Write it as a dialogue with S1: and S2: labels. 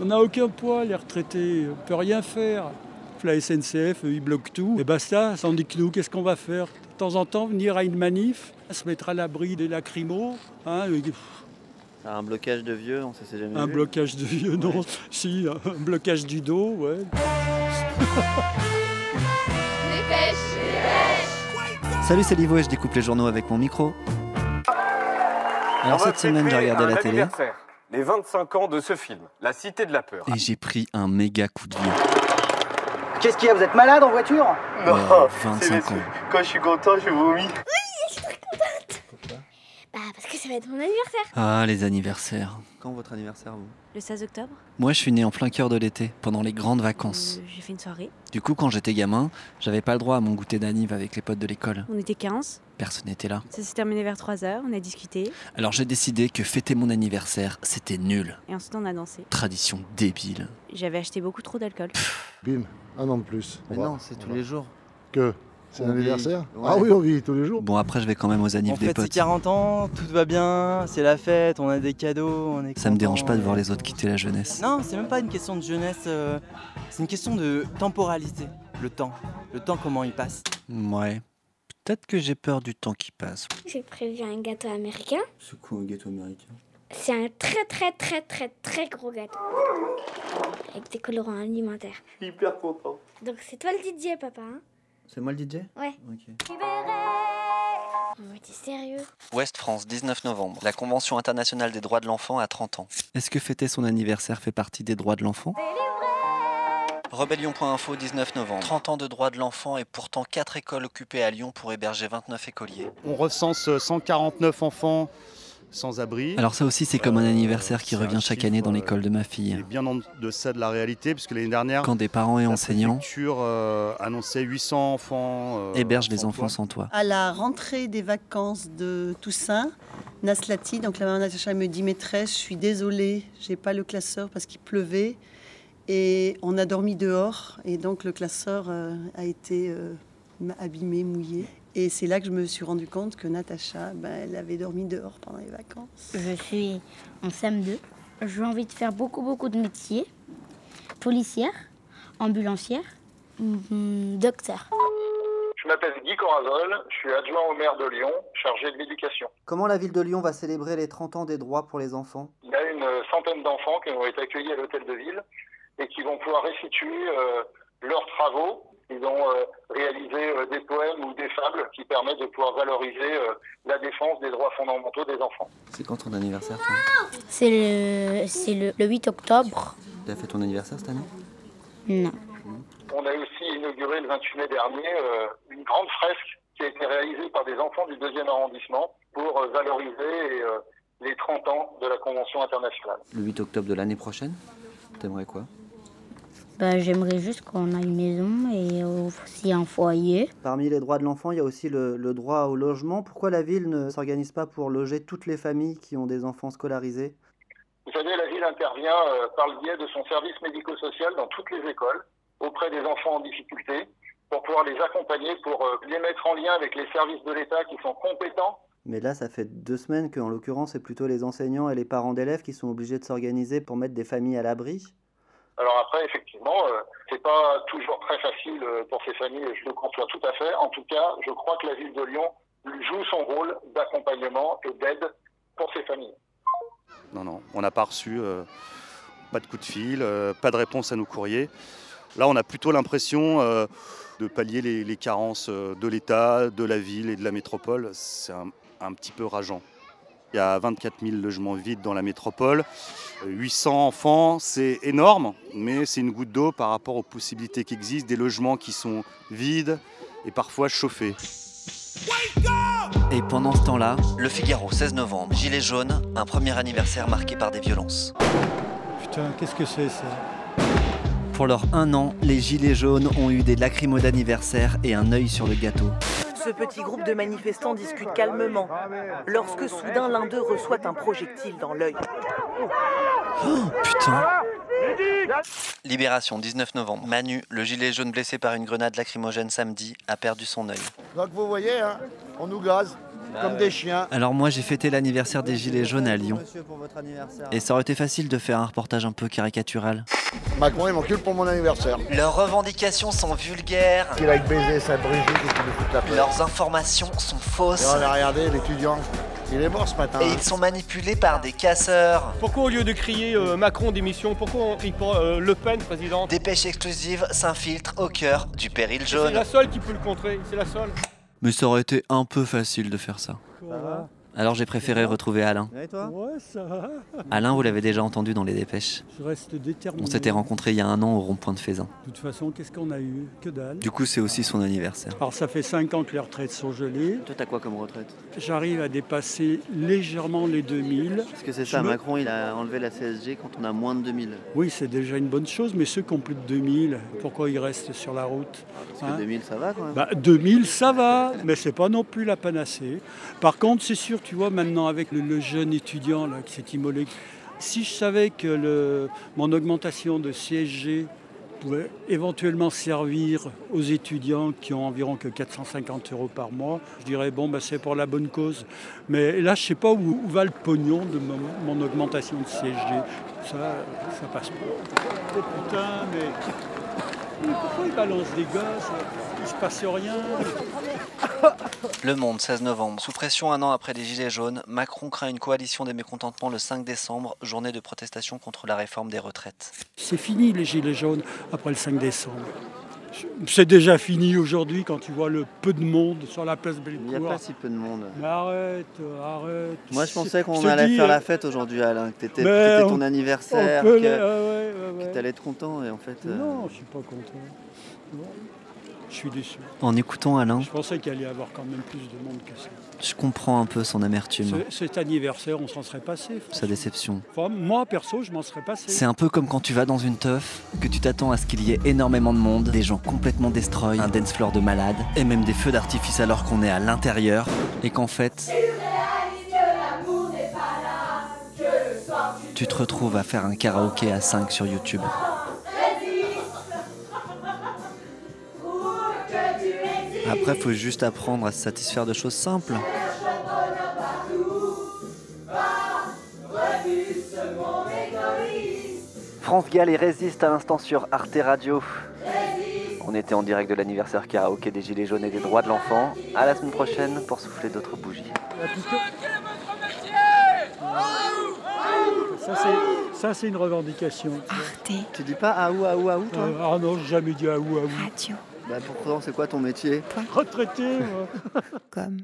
S1: On n'a aucun poids, les retraités, on ne peut rien faire. La SNCF, ils bloquent tout, et basta, tandis que nous, qu'est-ce qu'on va faire De temps en temps, venir à une manif, se mettre à l'abri des lacrymos, hein, et-
S2: Un blocage de vieux, on ne s'est jamais
S1: un
S2: vu.
S1: blocage de vieux, non,
S2: Ouais.
S1: si, un blocage du dos, ouais.
S2: Salut, c'est Livo et je découpe les journaux avec mon micro. Alors cette semaine, j'ai regardé la télé
S3: Les 25 ans de ce film, La Cité de la Peur.
S2: et j'ai pris un méga coup de vieux.
S4: Qu'est-ce qu'il y a Vous êtes malade en voiture
S2: Ouais, 25 ans.
S3: Quand je suis content, je vomis.
S5: Bah parce que ça va être mon anniversaire.
S2: Ah, les anniversaires. Quand votre anniversaire, vous
S6: Le 16 octobre,
S2: Moi, je suis né en plein cœur de l'été, pendant les grandes vacances.
S6: euh, j'ai fait une soirée.
S2: Du coup, quand j'étais gamin, j'avais pas le droit à mon goûter d'anniv avec les potes de l'école.
S6: On était 15.
S2: Personne n'était là.
S6: Ça s'est terminé vers 3h. On a discuté.
S2: Alors j'ai décidé que fêter mon anniversaire, c'était nul.
S6: Et ensuite, on a dansé.
S2: Tradition débile.
S6: J'avais acheté beaucoup trop d'alcool.
S7: Bim, un an de plus. On va- on va-
S2: jours.
S7: Que C'est
S2: on
S7: l'anniversaire
S2: vieillit.
S7: Ah
S2: Ouais.
S7: oui, on vit tous les jours.
S2: Bon, après, je vais quand même aux
S8: En
S2: annives des
S8: fait, c'est
S2: potes.
S8: 40 ans, tout va bien, c'est la fête, on a des cadeaux, on est
S2: Ça me
S8: content.
S2: dérange pas de voir les autres quitter la jeunesse.
S8: Non, c'est même pas une question de jeunesse, euh, c'est une question de temporalité. Le temps, le temps comment il passe.
S2: Ouais. Peut-être que j'ai peur du temps qui passe.
S5: J'ai prévu un gâteau américain.
S2: C'est quoi un gâteau américain
S5: C'est un très très très très très gros gâteau. Avec des colorants alimentaires.
S3: Hyper content.
S5: Donc c'est toi le DJ papa. Hein
S2: C'est moi le DJ
S5: Ouais.
S2: Ok.
S5: On m'a dit sérieux.
S2: Ouest France, 19 novembre. La Convention internationale des droits de l'enfant à 30 ans. Est-ce que fêter son anniversaire fait partie des droits de l'enfant Rebellion.info, 19 novembre. 30 ans de droits de l'enfant et pourtant 4 écoles occupées à Lyon pour héberger 29 écoliers.
S9: On recense 149 enfants sans abri.
S2: Alors ça aussi, c'est comme un
S9: Euh,
S2: anniversaire qui
S9: c'est un
S2: revient chaque
S9: chiffre,
S2: année dans
S9: euh,
S2: l'école de ma
S9: Il est
S2: fille.
S9: bien en deçà de la réalité, puisque l'année dernière,
S2: Quand des parents et
S9: la
S2: enseignants
S9: préfecture euh, annonçait 800 enfants. euh,
S2: hébergent les
S9: sans
S2: enfants
S9: toit.
S2: sans toit.
S10: À la rentrée des vacances de Toussaint, Naslati, donc la maman d'Atacha, me dit Maîtresse, je suis désolée, j'ai pas le classeur parce qu'il pleuvait. Et on a dormi dehors, et donc le classeur euh, a été euh, m- abîmé, mouillé. Et c'est là que je me suis rendu compte que Natacha, ben, elle avait dormi dehors pendant les vacances.
S5: Je suis en SAM2. J'ai envie de faire beaucoup beaucoup de métiers. Policière, ambulancière, mm, docteur.
S3: Je m'appelle Guy Corazol, je suis adjoint au maire de Lyon, chargé de l'éducation.
S8: Comment la ville de Lyon va célébrer les 30 ans des droits pour les enfants
S3: Il y a une centaine d'enfants qui ont été accueillis à l'hôtel de ville et qui vont pouvoir restituer euh, leurs travaux. Ils ont euh, réalisé euh, des poèmes ou des fables qui permettent de pouvoir valoriser euh, la défense des droits fondamentaux des enfants.
S2: C'est quand ton anniversaire
S5: C'est le, c'est le, 8 octobre.
S2: T'as fait ton anniversaire cette année
S5: Non.
S3: On a aussi inauguré le 28 mai dernier euh, une grande fresque qui a été réalisée par des enfants du deuxième arrondissement pour euh, valoriser euh, les 30 ans de la Convention internationale.
S2: Le 8 octobre de l'année prochaine T'aimerais quoi
S5: Bah, j'aimerais juste qu'on a une maison et aussi un foyer.
S8: Parmi les droits de l'enfant, il y a aussi le, droit au logement. Pourquoi la ville ne s'organise pas pour loger toutes les familles qui ont des enfants scolarisés
S3: Vous savez, la ville intervient euh, par le biais de son service médico-social dans toutes les écoles auprès des enfants en difficulté pour pouvoir les accompagner, pour euh, les mettre en lien avec les services de l'État qui sont compétents
S8: Mais là, ça fait deux semaines que, en l'occurrence, c'est plutôt les enseignants et les parents d'élèves qui sont obligés de s'organiser pour mettre des familles à l'abri.
S3: Alors après, effectivement, euh, c'est pas toujours très facile euh, pour ces familles, et je le conçois tout à fait. En tout cas, je crois que la ville de Lyon joue son rôle d'accompagnement et d'aide pour ces familles.
S9: Non, non, on n'a pas reçu, euh, pas de coup de fil, euh, pas de réponse à nos courriers. Là, on a plutôt l'impression euh, de pallier les, les carences euh, de l'État, de la ville et de la métropole. C'est un, un petit peu rageant. Il y a 24 000 logements vides dans la métropole. 800 enfants, c'est énorme, mais c'est une goutte d'eau par rapport aux possibilités qui existent, des logements qui sont vides et parfois chauffés.
S2: Et pendant ce temps-là, Le Figaro, 16 novembre. Gilets jaunes, un premier anniversaire marqué par des violences.
S1: Putain, qu'est-ce que c'est ça
S2: Pour leur un an, les Gilets jaunes ont eu des lacrymos d'anniversaire et un œil sur le gâteau.
S4: Ce petit groupe de manifestants discute calmement lorsque soudain l'un d'eux reçoit un projectile dans l'œil.
S2: Putain Libération, 19 novembre. Manu, le gilet jaune blessé par une grenade lacrymogène samedi, a perdu son œil.
S7: Donc vous voyez, hein, on nous gaze. Comme des chiens.
S2: Alors moi j'ai fêté l'anniversaire des Gilets jaunes à Lyon.
S8: Monsieur, pour votre anniversaire.
S2: Et ça aurait été facile de faire un reportage un peu caricatural.
S7: Macron, il m'encule pour mon anniversaire.
S2: Leurs revendications sont vulgaires.
S7: Qu'il aille baiser sa Brigitte et qu'il nous foute la paix.
S2: Leurs informations sont
S7: Et
S2: fausses.
S7: on a regardé l'étudiant. Il est mort ce matin. hein.
S2: Et ils sont manipulés par des casseurs.
S11: Pourquoi au lieu de crier euh, Macron démission, pourquoi on crie pas euh, Le Pen président
S2: Des pêches exclusives s'infiltrent au cœur du péril
S11: C'est
S2: jaune.
S11: la seule qui peut le contrer, c'est la seule.
S2: Mais ça aurait été un peu facile de faire ça. Alors j'ai préféré retrouver Alain.
S8: Et toi
S1: Ouais, ça va.
S2: Alain, vous l'avez déjà entendu dans les dépêches.
S1: Je reste déterminé.
S2: On s'était rencontrés il y a un an au rond-point de Faisin.
S1: De toute façon, qu'est-ce qu'on a eu Que dalle.
S2: Du coup, c'est aussi son anniversaire.
S1: Alors ça fait 5 ans que les retraites sont gelées.
S2: Toi, t'as quoi comme retraite
S1: J'arrive à dépasser légèrement les 2000.
S8: Parce que c'est
S1: Je
S8: ça,
S1: me-
S8: Macron, il a enlevé la CSG quand on a moins de 2000.
S1: Oui, c'est déjà une bonne chose, mais ceux qui ont plus de 2000, pourquoi ils restent sur la route
S8: Parce
S1: hein
S8: que 2000, ça va quand même.
S1: Bah, 2000, ça va, mais c'est pas non plus la panacée. Par contre, c'est sûr, tu vois, maintenant avec le, le jeune étudiant là, qui s'est immolé, si je savais que le- mon augmentation de CSG pouvait éventuellement servir aux étudiants qui ont environ que 450 euros par mois, je dirais, bon, bah, c'est pour la bonne cause. Mais là, je sais pas où, où va le pognon de mon, mon augmentation de CSG. Ça, ça passe pas. Oh putain, mais... mais pourquoi ils balancent des gosses Il se passe rien.
S2: Le Monde, 16 novembre. Sous pression un an après les Gilets jaunes, Macron craint une coalition des mécontentements le 5 décembre, journée de protestation contre la réforme des retraites.
S1: C'est fini les gilets jaunes après le 5 décembre. C'est déjà fini aujourd'hui quand tu vois le peu de monde sur la place
S8: Il n'y a
S1: Bellecour.
S8: pas si peu de monde.
S1: Mais arrête, arrête.
S8: Moi, je pensais
S1: C'est-
S8: qu'on
S1: te
S8: allait
S1: dis,
S8: faire
S1: euh,
S8: la fête aujourd'hui, Alain, que t'étais-
S1: mais
S8: que c'était ton
S1: on-
S8: anniversaire,
S1: on peut
S8: que,
S1: la- ouais, ouais, ouais,
S8: que
S1: ouais.
S8: t'allais être content, et en fait... euh,
S1: Non, je suis pas content. Non. Je suis déçu.
S2: En écoutant Alain,
S1: Je pensais qu'il allait y avoir quand même plus de monde que ça.
S2: je comprends un peu son amertume,
S1: Ce- cet anniversaire, on s'en serait passé.
S2: sa déception.
S1: Enfin, moi, perso, je m'en serais passé.
S2: C'est un peu comme quand tu vas dans une teuf, que tu t'attends à ce qu'il y ait énormément de monde, des gens complètement destroy, un dance floor de malade, et même des feux d'artifice alors qu'on est à l'intérieur, et qu'en fait, tu te retrouves à faire un karaoké à 5 sur YouTube. Après, faut juste apprendre à se satisfaire de choses simples. France Gall et résiste à l'instant sur Arte Radio. On était en direct de l'anniversaire karaoké des Gilets jaunes et des droits de l'enfant. À la semaine prochaine pour souffler d'autres bougies.
S1: Ça, c'est- Ça, c'est une revendication.
S8: Tu dis pas aou aou aou, toi
S1: Euh, ah non, j'ai jamais dit ah ou ah ou.
S8: Bah pourtant, c'est quoi ton métier
S1: Retraité, moi.
S12: Comme